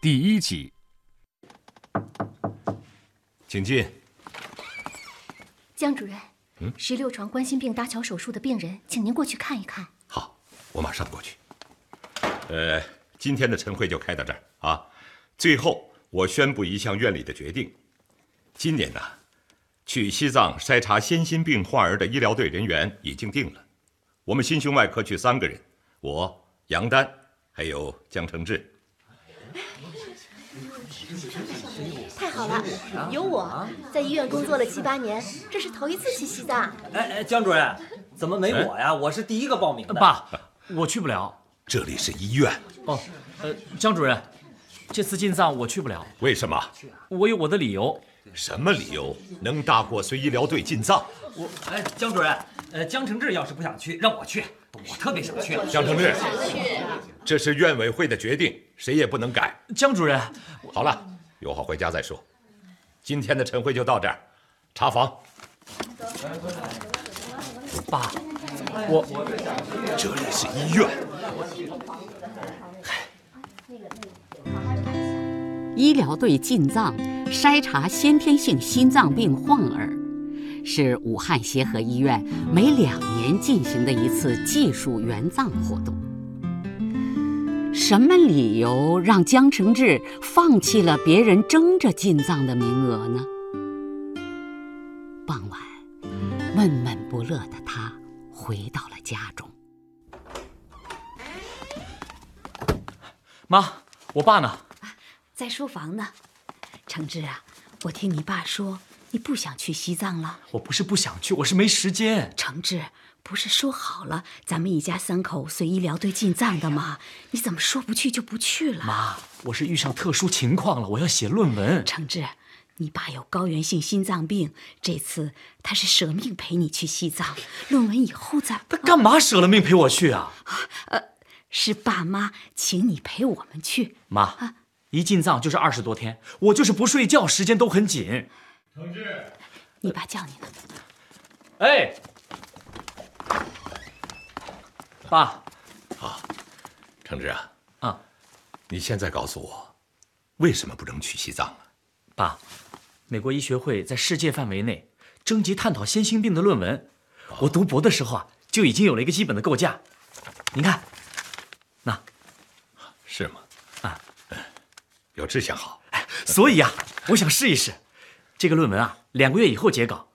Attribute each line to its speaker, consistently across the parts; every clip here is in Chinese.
Speaker 1: 第一集。
Speaker 2: 请进。
Speaker 3: 江主任，十六床冠心病搭桥手术的病人，请您过去看一看。
Speaker 2: 好，我马上过去。呃，今天的晨会就开到这儿啊。最后，我宣布一项院里的决定：今年呢、去西藏筛查先心病患儿的医疗队人员已经定了。我们心胸外科去三个人，我、杨丹，还有江承志。
Speaker 4: 太好了，有我在医院工作了七八年，这是头一次去西藏。
Speaker 5: 哎哎，江主任，怎么没我呀？我是第一个报名的。，
Speaker 6: 哎爸，我去不了。
Speaker 2: 这里是医院，
Speaker 6: 哦，呃，江主任，这次进藏我去不了，
Speaker 2: 为什么？
Speaker 6: 我有我的理由。
Speaker 2: 什么理由能大过随医疗队进藏？
Speaker 5: 我哎，江主任，呃，江承志要是不想去，让我去，我特别想去。
Speaker 2: 江承志，这是院委会的决定，谁也不能改。
Speaker 6: 江主任，
Speaker 2: 好了，有话回家再说。今天的晨会就到这儿，查房。
Speaker 6: 爸，我
Speaker 2: 这里是医院。
Speaker 7: 医疗队进藏筛查先天性心脏病患儿，是武汉协和医院每两年进行的一次技术援藏活动。什么理由让江承志放弃了别人争着进藏的名额呢？傍晚，闷闷不乐的他回到了家中。
Speaker 6: 妈，我爸呢？
Speaker 4: 在书房呢，承志啊，我听你爸说你不想去西藏了。
Speaker 6: 我不是不想去，我是没时间。
Speaker 4: 承志，不是说好了咱们一家三口随医疗队进藏的吗？你怎么说不去就不去了？
Speaker 6: 妈，我是遇上特殊情况了，我要写论文。
Speaker 4: 承志，你爸有高原性心脏病，这次他是舍命陪你去西藏，论文以后再啊
Speaker 6: 他干嘛舍了命陪我去啊？
Speaker 4: 是爸妈请你陪我们去。
Speaker 6: 妈，一进藏就是二十多天，我就是不睡觉，时间都很紧。
Speaker 4: 你爸叫你呢，
Speaker 6: 哎，爸，
Speaker 2: 承志啊，
Speaker 6: 啊，
Speaker 2: 你现在告诉我，为什么不能去西藏啊？
Speaker 6: 爸，美国医学会在世界范围内征集探讨先行病的论文。我读博的时候啊，就已经有了一个基本的构架。您看，那
Speaker 2: 是吗？
Speaker 6: 啊，
Speaker 2: 嗯有志向好。
Speaker 6: 所以啊，我想试一试这个论文啊，两个月以后截稿。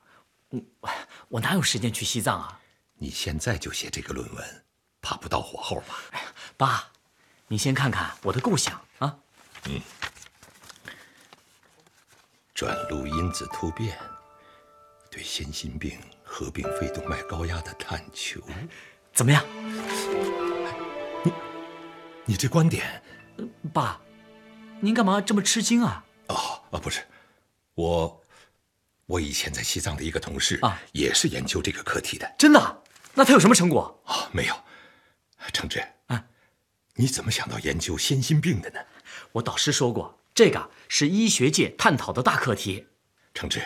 Speaker 6: 我我哪有时间去西藏啊？
Speaker 2: 你现在就写这个论文，怕不到火候吧？
Speaker 6: 爸，你先看看我的构想啊。
Speaker 2: 转录因子突变，对先心病合并肺动脉高压的探求，
Speaker 6: 怎么样，
Speaker 2: 你这观点
Speaker 6: 爸？您干嘛这么吃惊啊？
Speaker 2: 哦啊不是，我我以前在西藏的一个同事
Speaker 6: 啊
Speaker 2: 也是研究这个课题的
Speaker 6: 真的啊？那他有什么成果？
Speaker 2: 哦，没有，承志
Speaker 6: 啊，
Speaker 2: 你怎么想到研究先心病的呢？
Speaker 6: 我导师说过，这个啊是医学界探讨的大课题。
Speaker 2: 承志，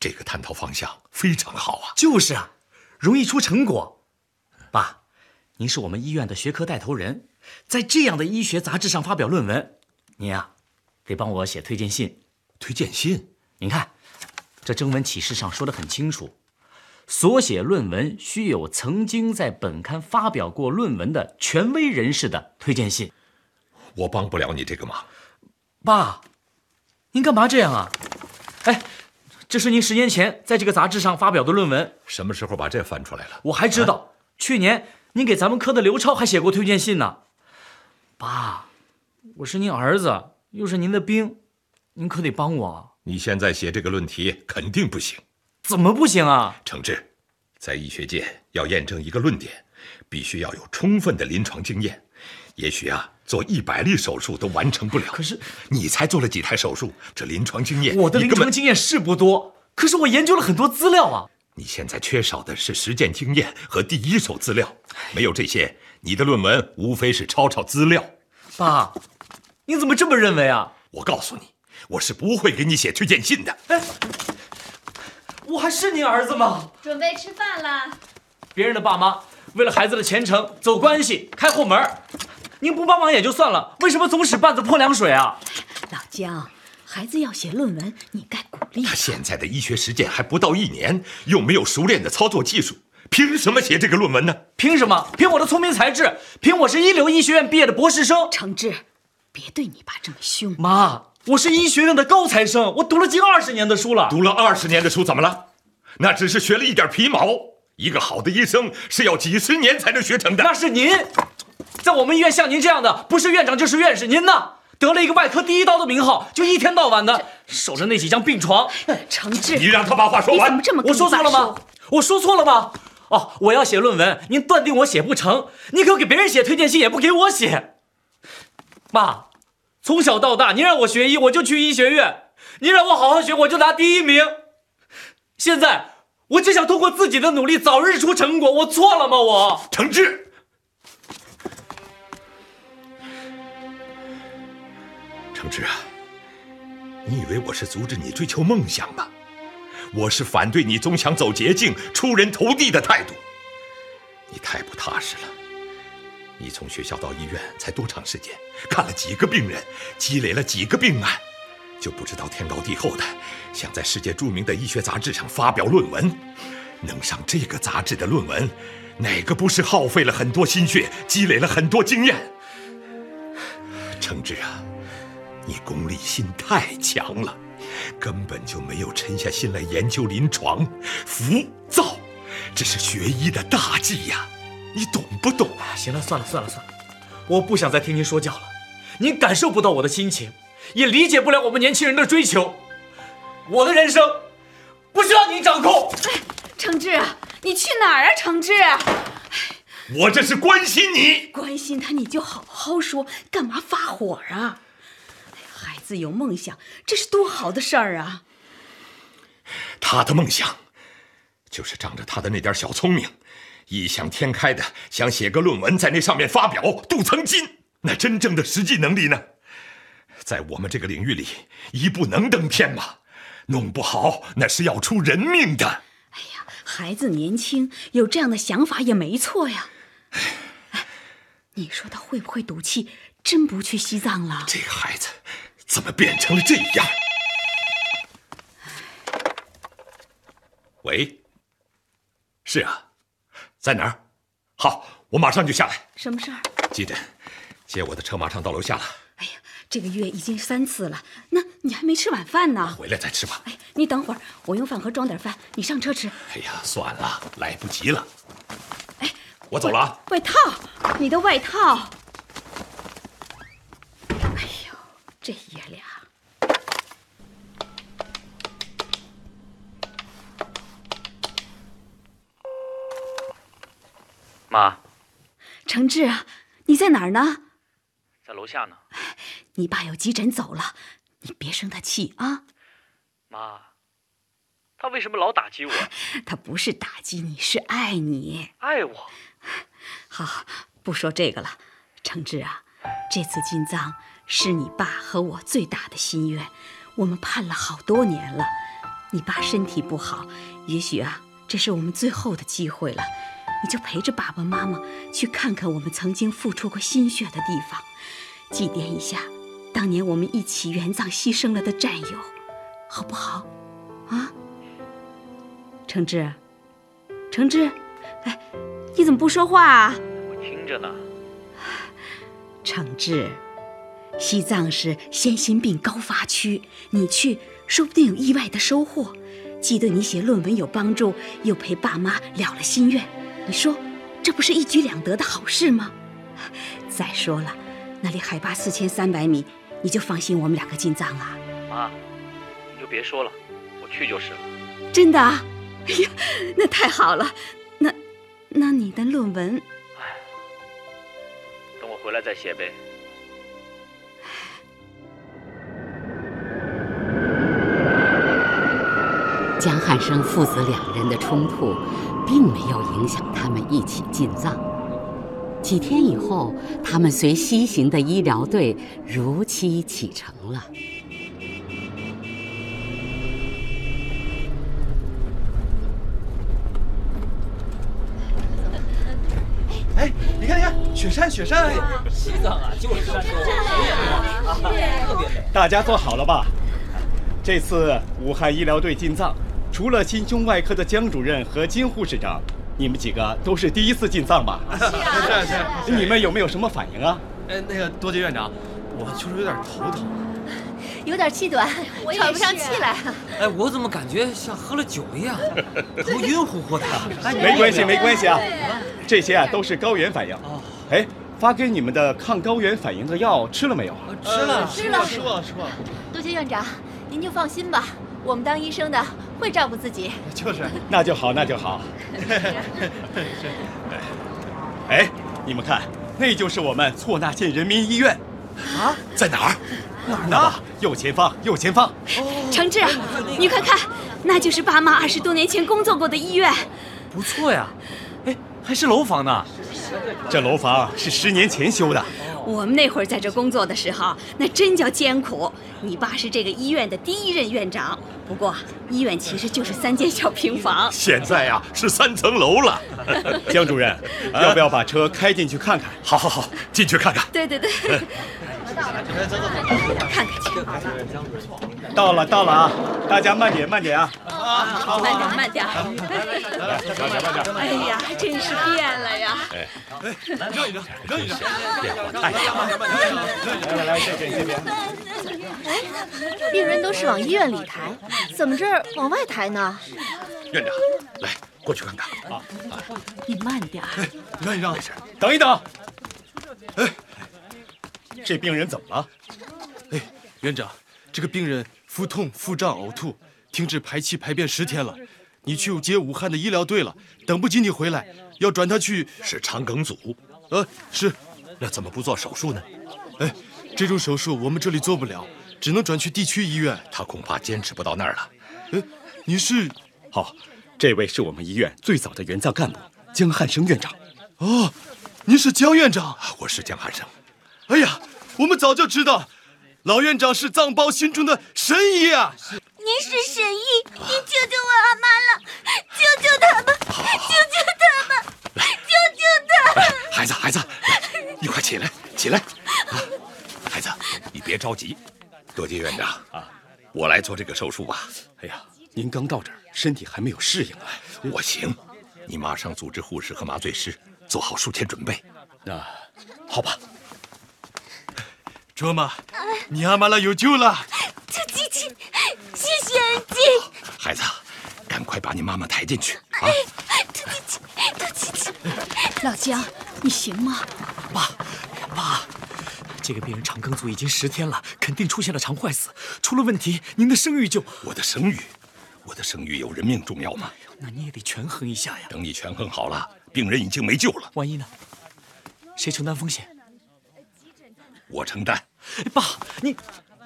Speaker 2: 这个探讨方向非常好啊！
Speaker 6: 就是啊，容易出成果。爸，您是我们医院的学科带头人，在这样的医学杂志上发表论文，您啊，得帮我写推荐信。
Speaker 2: 推荐信
Speaker 6: 您看，这征文启事上说得很清楚，所写论文须有曾经在本刊发表过论文的权威人士的推荐信。
Speaker 2: 我帮不了你这个忙，
Speaker 6: 爸，您干嘛这样啊？哎，这是您十年前在这个杂志上发表的论文，
Speaker 2: 什么时候把这翻出来了？
Speaker 6: 我还知
Speaker 2: 哎
Speaker 6: 道，去年您给咱们科的刘超还写过推荐信呢。爸，我是您儿子，又是您的兵，您可得帮我啊。
Speaker 2: 你现在写这个论题肯定不行。
Speaker 6: 怎么不行啊？
Speaker 2: 承志，在医学界要验证一个论点，必须要有充分的临床经验。也许啊，做一百例手术都完成不了。
Speaker 6: 可是
Speaker 2: 你才做了几台手术，这临床经验，
Speaker 6: 我的
Speaker 2: 你
Speaker 6: 临
Speaker 2: 根本
Speaker 6: 床经验是不多，可是我研究了很多资料啊。
Speaker 2: 你现在缺少的是实践经验和第一手资料，没有这些，你的论文无非是抄抄资料。
Speaker 6: 爸，您怎么这么认为啊？
Speaker 2: 我告诉你，我是不会给你写推荐信的。
Speaker 6: 哎我还是您儿子吗？
Speaker 8: 准备吃饭啦！
Speaker 6: 别人的爸妈为了孩子的前程走关系，开后门儿。您不帮忙也就算了，为什么总使绊子泼凉水啊？
Speaker 4: 老姜，孩子要写论文，你该鼓励
Speaker 2: 他。现在的医学实践还不到一年，又没有熟练的操作技术，凭什么写这个论文呢？
Speaker 6: 凭什么？凭我的聪明才智？凭我是一流医学院毕业的博士生？
Speaker 4: 承志，别对你爸这么凶。
Speaker 6: 妈，我是医学院的高材生，我读了近二十年的书了。
Speaker 2: 读了二十年的书怎么了？那只是学了一点皮毛。一个好的医生是要几十年才能学成的。
Speaker 6: 那是您，在我们医院像您这样的，不是院长就是院士。您呢，得了一个外科第一刀的名号，就一天到晚的守着那几张病床。
Speaker 4: 承志，
Speaker 2: 你让他把话说
Speaker 4: 你怎
Speaker 2: 完
Speaker 4: 么。这么跟
Speaker 6: 我
Speaker 4: 你爸
Speaker 6: 说错了吗？我说错了吗？哦，我要写论文，您断定我写不成，你可给别人写推荐信也不给我写。妈，从小到大，您让我学医，我就去医学院；您让我好好学，我就拿第一名。现在我只想通过自己的努力早日出成果，我错了吗？我
Speaker 2: 承志，承志啊，你以为我是阻止你追求梦想吗？我是反对你总想走捷径、出人头地的态度。你太不踏实了。你从学校到医院才多长时间？看了几个病人，积累了几个病案，就不知道天高地厚的，想在世界著名的医学杂志上发表论文。能上这个杂志的论文，哪个不是耗费了很多心血，积累了很多经验？承志啊，你功利心太强了，根本就没有沉下心来研究临床。浮躁，这是学医的大忌呀、你懂不懂啊？
Speaker 6: 行了，算了，算了，算了，我不想再听您说教了。您感受不到我的心情，也理解不了我们年轻人的追求。我的人生不需要您掌控。
Speaker 4: 承志，你去哪儿啊？承志，
Speaker 2: 我这是关心你。
Speaker 4: 关心他你就好好说，干嘛发火啊？哎呀孩子有梦想，这是多好的事儿啊！
Speaker 2: 他的梦想，就是仗着他的那点小聪明，异想天开的想写个论文，在那上面发表，镀层金。那真正的实际能力呢，在我们这个领域里，一步能登天吗？弄不好那是要出人命的。
Speaker 4: 哎呀，孩子年轻，有这样的想法也没错呀。哎，你说他会不会赌气，真不去西藏了？
Speaker 2: 这个孩子怎么变成了这样？喂，是啊，在哪儿？好，我马上就下来。
Speaker 4: 什么事儿？
Speaker 2: 记得，接我的车马上到楼下了，
Speaker 4: 哎呀，这个月已经三次了，那你还没吃晚饭呢。
Speaker 2: 回来再吃吧。
Speaker 4: 哎，你等会儿，我用饭盒装点饭，你上车吃。
Speaker 2: 哎呀，算了，来不及了。哎，我走了啊。
Speaker 4: 外套，你的外套。哎呦，这爷俩，
Speaker 6: 妈，
Speaker 4: 承志啊，你在哪儿呢？
Speaker 6: 在楼下呢。
Speaker 4: 你爸有急诊走了，你别生他气啊。
Speaker 6: 妈，他为什么老打击我？
Speaker 4: 他不是打击你，是爱你。
Speaker 6: 爱我？
Speaker 4: 好，不说这个了。承志啊，这次进藏是你爸和我最大的心愿，我们盼了好多年了。你爸身体不好，也许啊，这是我们最后的机会了。你就陪着爸爸妈妈去看看我们曾经付出过心血的地方，祭奠一下当年我们一起援藏牺牲了的战友，好不好？啊，承志，承志，哎，你怎么不说话啊？
Speaker 6: 我听着呢。
Speaker 4: 承志，西藏是先心病高发区，你去说不定有意外的收获，既对你写论文有帮助，又陪爸妈了了心愿，你说这不是一举两得的好事吗？再说了，那里海拔四千三百米，你就放心我们两个进藏啊？
Speaker 6: 妈，你就别说了，我去就是了。
Speaker 4: 真的啊？ 哎呀，那太好了，那那你的论文
Speaker 6: 等我回来再写呗。
Speaker 7: 江汉生父子两人的冲突，并没有影响他们一起进藏。几天以后，他们随西行的医疗队如期启程了。
Speaker 6: 哎
Speaker 1: 哎，你看你看，雪山雪山，哎
Speaker 5: 西藏啊，就是山多，谁也不美啊，特别美。
Speaker 1: 大家做好了吧？这次武汉医疗队进藏，除了心胸外科的江主任和金护士长，你们几个都是第一次进藏吧？
Speaker 8: 是啊是啊，
Speaker 1: 你们有没有什么反应啊？
Speaker 6: 呃，那个多杰院长，我就是有点头疼。
Speaker 8: 有点气 短，喘不上气来。
Speaker 5: 哎，我怎么感觉像喝了酒一样，头晕乎乎的？哎
Speaker 1: 没关系，没关系啊，这些啊都是高原反应。哎，发给你们的抗高原反应的药吃了没有啊？
Speaker 5: 吃了，
Speaker 8: 呃吃了，
Speaker 1: 吃了吃了，
Speaker 8: 多谢院长，您就放心吧，我们当医生的会照顾自己。
Speaker 1: 就是，那就好，那就 好。哎，你们看，那就是我们错那县人民医院。啊，在哪儿？哪儿呢？右前方，右前方。
Speaker 4: 承志，你快看，那就是爸妈二十多年前工作过的医院。
Speaker 6: 不错呀，哎，还是楼房呢。
Speaker 1: 这楼房啊是十年前修的。
Speaker 4: 我们那会儿在这工作的时候，那真叫艰苦。你爸是这个医院的第一任院长，不过医院其实就是三间小平房。
Speaker 2: 现在呀、是三层楼了。
Speaker 1: 江 主任，要不要把车开进去看看？
Speaker 2: 好好好，进去看看。
Speaker 4: 对对对，看看去，
Speaker 1: 到了，到了啊！大家慢点，慢点啊！
Speaker 4: 慢点慢点。哎呀，还真是变了呀！
Speaker 1: 来来来，这边这边。
Speaker 3: 病人都是往医院里抬，怎么这儿往外抬呢？
Speaker 2: 院长，来过去看看。
Speaker 4: 你慢点儿，
Speaker 1: 让一让，等一等。哎，这病人怎么了？
Speaker 9: 哎院长，这个病人腹痛、腹胀、呕吐，停止排气排便十天了。你去接武汉的医疗队了，等不及你回来，要转他去。
Speaker 2: 是肠梗阻，
Speaker 9: 呃，是，
Speaker 2: 那怎么不做手术呢？
Speaker 9: 哎，这种手术我们这里做不了，只能转去地区医院。
Speaker 2: 他恐怕坚持不到那儿了。
Speaker 9: 哎，你是？
Speaker 1: 好，哦这位是我们医院最早的援藏干部江汉生院长。
Speaker 9: 哦，您是江院长？
Speaker 2: 我是江汉生，
Speaker 9: 哎呀，我们早就知道，老院长是藏胞心中的神医啊！
Speaker 10: 您是神医，您救救我阿妈了，救救他吧，救救他吧，救救他！
Speaker 2: 孩子，孩 子，你快起来，起来。啊，孩子，你别着急。多杰院长啊，我来做这个手术吧，
Speaker 1: 哎呀，您刚到这儿，身体还没有适应啊。
Speaker 2: 我行。你马上组织护士和麻醉师做好术前准备。
Speaker 1: 那，好吧，
Speaker 9: 卓玛，你阿妈拉有救了。
Speaker 10: 救机器，谢谢恩姐。
Speaker 2: 孩子，赶快把你妈妈抬进去啊！
Speaker 10: 突击器，突击器，
Speaker 4: 老姜，你行吗？
Speaker 6: 爸，这个病人肠梗阻已经十天了，肯定出现了肠坏死，出了问题，您的声誉就……
Speaker 2: 我的声誉，我的声誉有人命重要吗？
Speaker 6: 那你也得权衡一下呀。
Speaker 2: 等你权衡好了，病人已经没救了，
Speaker 6: 万一呢？谁承担风险？
Speaker 2: 我承担。
Speaker 6: 哎爸，你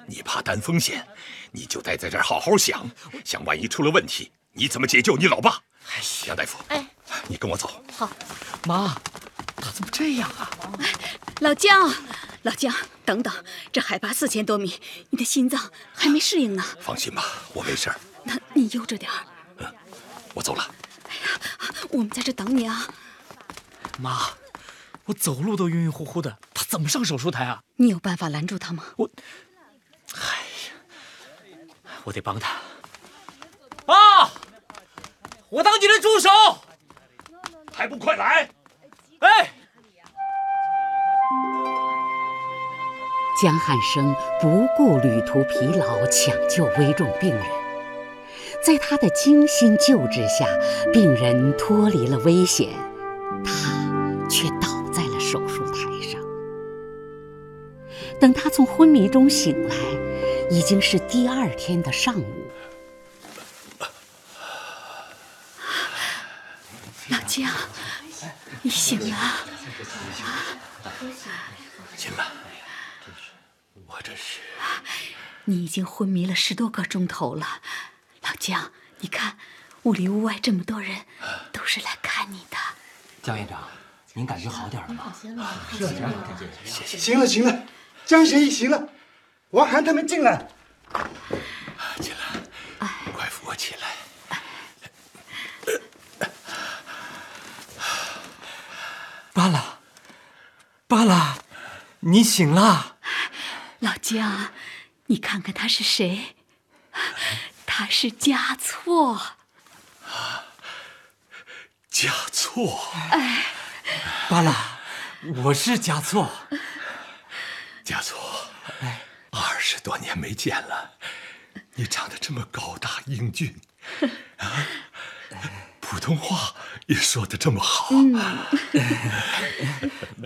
Speaker 2: 你怕担风险，你就待在这儿好好想，想万一出了问题，你怎么解救你老爸？杨大夫，
Speaker 3: 哎，
Speaker 2: 你跟我走。
Speaker 6: 妈，他怎么这样啊？
Speaker 4: 老姜，老姜，等等，这海拔四千多米，你的心脏还没适应呢，
Speaker 2: 放心吧，我没事儿，
Speaker 4: 那你悠着点儿，
Speaker 2: 嗯
Speaker 4: 哎
Speaker 2: 我走了。
Speaker 4: 我们在这等你啊。
Speaker 6: 妈，我走路都晕晕乎乎的，他怎么上手术台啊？
Speaker 4: 你有办法拦住他吗？
Speaker 6: 我得帮他。爸，我当你的助手。
Speaker 2: 还不快来！
Speaker 6: 哎，
Speaker 7: 江汉生不顾旅途疲劳，抢救危重病人。在他的精心救治下，病人脱离了危险，他却倒在了手术台上。等他从昏迷中醒来，已经是第二天的上午。
Speaker 4: 老姜，你醒了，
Speaker 2: 行了，我这是
Speaker 4: 你已经昏迷了十多个钟头了。老姜，你看，屋里屋外这么多人，
Speaker 2: 啊
Speaker 4: 都是来看你的。
Speaker 5: 江院长，您感觉好点了吗？
Speaker 6: 啊
Speaker 11: 行了行了，江神医行了，我喊他们进来。
Speaker 2: 起来，快扶我起来。
Speaker 6: 哎罢了。巴拉，你醒了。
Speaker 4: 老姜，你看看他是谁？ 他是嘉措。
Speaker 6: 嘉措，
Speaker 4: 哎，
Speaker 6: 巴拉，我是嘉措。
Speaker 2: 家措，哎二十多年没见了，你长得这么高大英 俊，啊，普通话也说得这么好。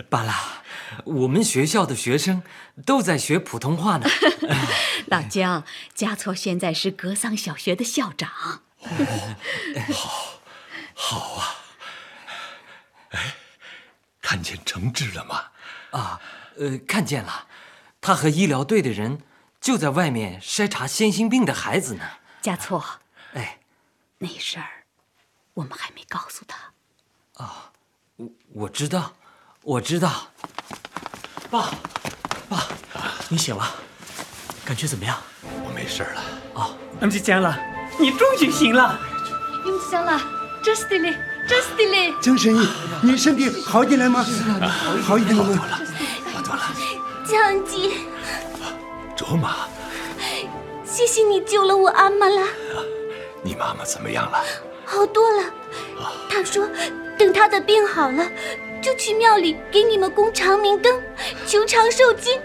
Speaker 6: 巴拉，我们学校的学生都在学普通话呢。
Speaker 4: 老姜，嘉措现在是格桑小学的校长。
Speaker 2: 好，好啊。哎，看见诚志了吗？
Speaker 6: 啊，呃，看见了，他和医疗队的人就在外面筛查先心病的孩子呢。
Speaker 4: 嘉措，
Speaker 6: 哎，
Speaker 4: 那事儿我们还没告诉他。
Speaker 6: 啊，我我知道，我知道。爸，爸，你醒了，感觉怎么样？
Speaker 2: 我没事了。
Speaker 6: 哦，那么就这样了，你终于醒了。
Speaker 8: 用香了，真是的嘞，真是的嘞。
Speaker 11: 江神医，您身体好一点了吗？啊好一点了吗？
Speaker 10: 江姐，
Speaker 2: 卓玛，
Speaker 10: 谢谢你救了我阿玛拉，
Speaker 2: 你妈妈怎么样了？
Speaker 10: 好多了。
Speaker 11: 啊
Speaker 10: 他说，等他的病好了，就去庙里给你们供长明灯，求长寿经，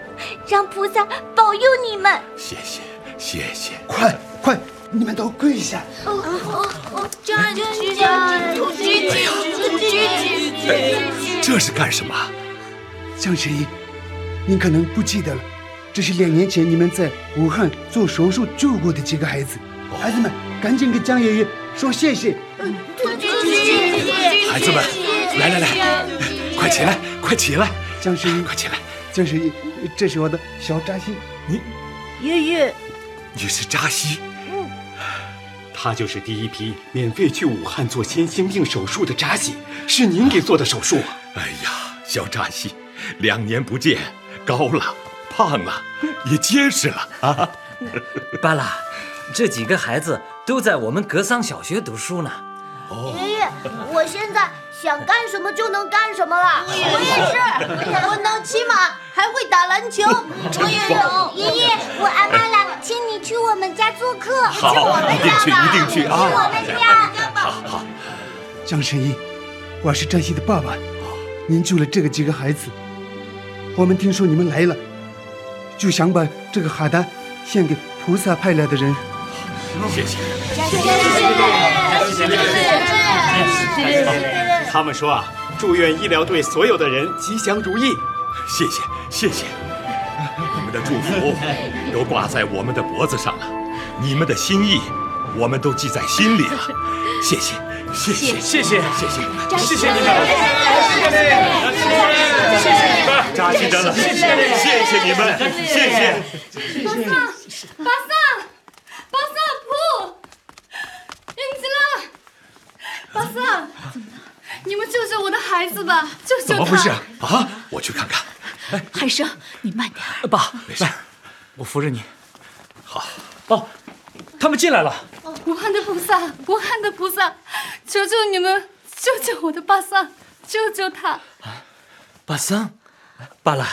Speaker 10: 让菩萨保佑你们。
Speaker 2: 谢谢，谢谢。
Speaker 11: 快快，你们都跪下！
Speaker 10: 哦哦哦，这这
Speaker 2: 这是干什么？
Speaker 11: 江神医，您可能不记得了，这是两年前你们在武汉做手术救过的几个孩子。
Speaker 2: 哦
Speaker 11: 孩子们，赶紧给江爷爷说谢谢。
Speaker 2: 孩子们，来来来，快起来，快起来！
Speaker 11: 江神医，快
Speaker 2: 起来！
Speaker 11: 江神医，这是我的小扎西。
Speaker 2: 你
Speaker 10: 爷爷，
Speaker 2: 你是扎西，
Speaker 1: 他就是第一批免费去武汉做先心病手术的扎西，是您给做的手术啊？
Speaker 2: 哎呀，小扎西，两年不见，高了，胖了，也结实了啊！
Speaker 6: 巴拉，这几个孩子都在我们格桑小学读书呢。
Speaker 12: 爷爷，哎我现在想干什么就能干什么了。我也是，我能骑马，还会打篮球。我也有。
Speaker 10: 爷爷，我阿妈
Speaker 13: 哎
Speaker 10: 了，请你去我们家做客。
Speaker 2: 好
Speaker 10: 去我们
Speaker 2: 一定去
Speaker 10: 家吧
Speaker 2: 一定去啊
Speaker 10: 去我们家。
Speaker 11: 江神医，我是扎西的爸爸，您救了这个几个孩子，我们听说你们来了，就想把这个哈达献给菩萨派来的人。
Speaker 2: 谢谢。
Speaker 1: 他们说啊，祝愿医疗队所有的人吉祥如意。
Speaker 2: 谢谢，谢谢。你们的祝福都挂在我们的脖子上了，你们的心意我们都记在心里了。谢谢，谢谢，谢
Speaker 6: 谢谢，
Speaker 2: 谢你们，
Speaker 6: 谢谢你们，谢谢你们，
Speaker 2: 扎西真了，谢谢你们，谢谢。
Speaker 10: 巴桑，巴桑，巴桑普，
Speaker 13: 英吉拉，巴桑，你们救救我的孩子吧，救救他！
Speaker 2: 怎么回事啊？我去看看。
Speaker 4: 海生，你慢点。
Speaker 6: 爸，
Speaker 2: 没事，
Speaker 6: 我扶着你。好。哦，他们进来了。
Speaker 13: 武汉的菩萨，武汉的菩萨，求求你们救救我的巴桑，救救他！
Speaker 6: 巴桑，巴拉，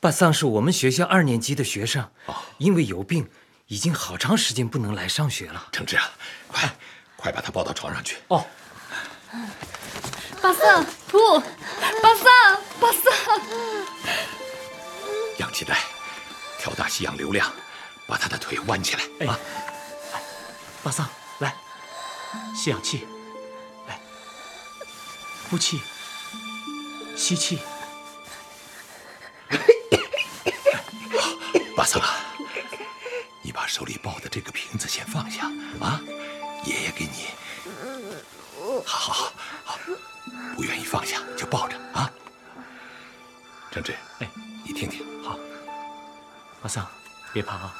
Speaker 6: 巴桑是我们学校二年级的学生，
Speaker 14: 哦
Speaker 6: 因为有病，已经好长时间不能来上学了。
Speaker 2: 承志啊，快，快把他抱到床上去。
Speaker 6: 哦，
Speaker 13: 巴桑，不，巴桑，巴桑，
Speaker 2: 氧气袋，调大吸氧流量，把他的腿弯起来啊。
Speaker 14: 巴桑，来，吸氧气，来，呼气，吸气，
Speaker 2: 巴桑啊，你把手里抱的这个瓶子先放下啊，爷爷给你。好好好，好，不愿意放下就抱着啊。承志，哎，你听听，好，
Speaker 14: 巴桑，别怕啊，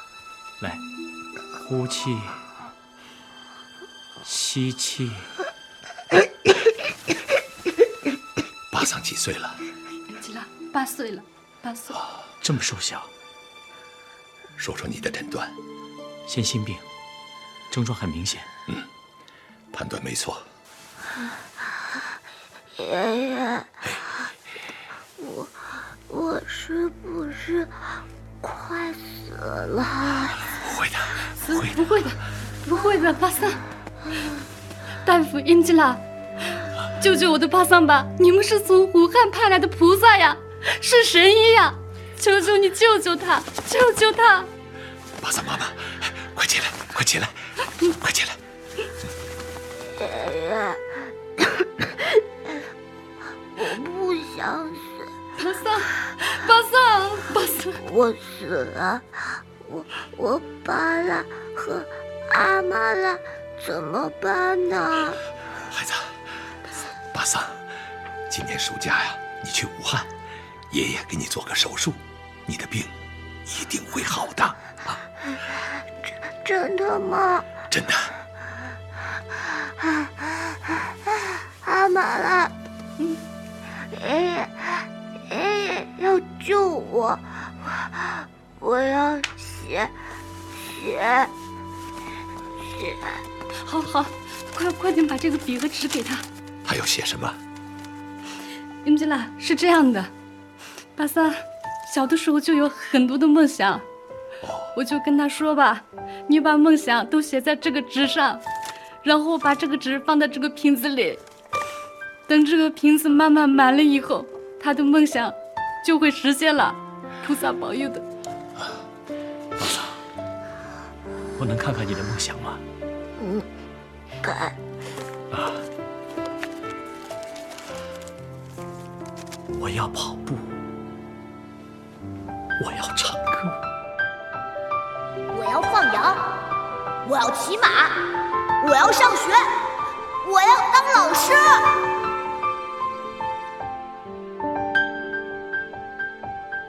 Speaker 14: 来，呼气，吸气，
Speaker 2: 巴桑几岁了？
Speaker 13: 英吉拉，八岁了，八岁。
Speaker 14: 这么瘦小，
Speaker 2: 说说你的诊断。
Speaker 14: 先心病，症状很明显。
Speaker 2: 嗯，判断没错。
Speaker 10: 爷爷，我我是不是快死了？
Speaker 4: 不会的，不会的，不会的，巴桑，大夫英吉拉，救救我的巴桑吧！你们是从武汉派来的菩萨呀，是神医呀！求求你救救他，救救他！
Speaker 1: 巴桑妈妈，快起来，快起来，快起来！
Speaker 10: 我不想死，
Speaker 4: 巴桑，巴桑，巴桑，
Speaker 10: 我死了，我我巴拉和阿妈拉怎么办呢？
Speaker 1: 孩子，巴桑，今年暑假呀、你去武汉，爷爷给你做个手术，你的病一定会好的，啊
Speaker 10: 真的吗？
Speaker 1: 真的。
Speaker 10: 阿玛拉，嗯爷爷爷爷要救我，我我要写写写。
Speaker 4: 好好，快快点把这个笔和纸给他。
Speaker 1: 还要写什么？
Speaker 4: 英吉拉是这样的，巴桑小的时候就有很多的梦想，我就跟他说吧，你把梦想都写在这个纸上，然后把这个纸放在这个瓶子里，等这个瓶子慢慢满了以后，他的梦想就会实现了。菩萨保佑的，
Speaker 6: 我能看看你的梦想吗？
Speaker 10: 嗯，看，
Speaker 6: 啊，我要跑步，我要唱歌，
Speaker 10: 我要放羊，我要骑马，我要上学，我要当老师。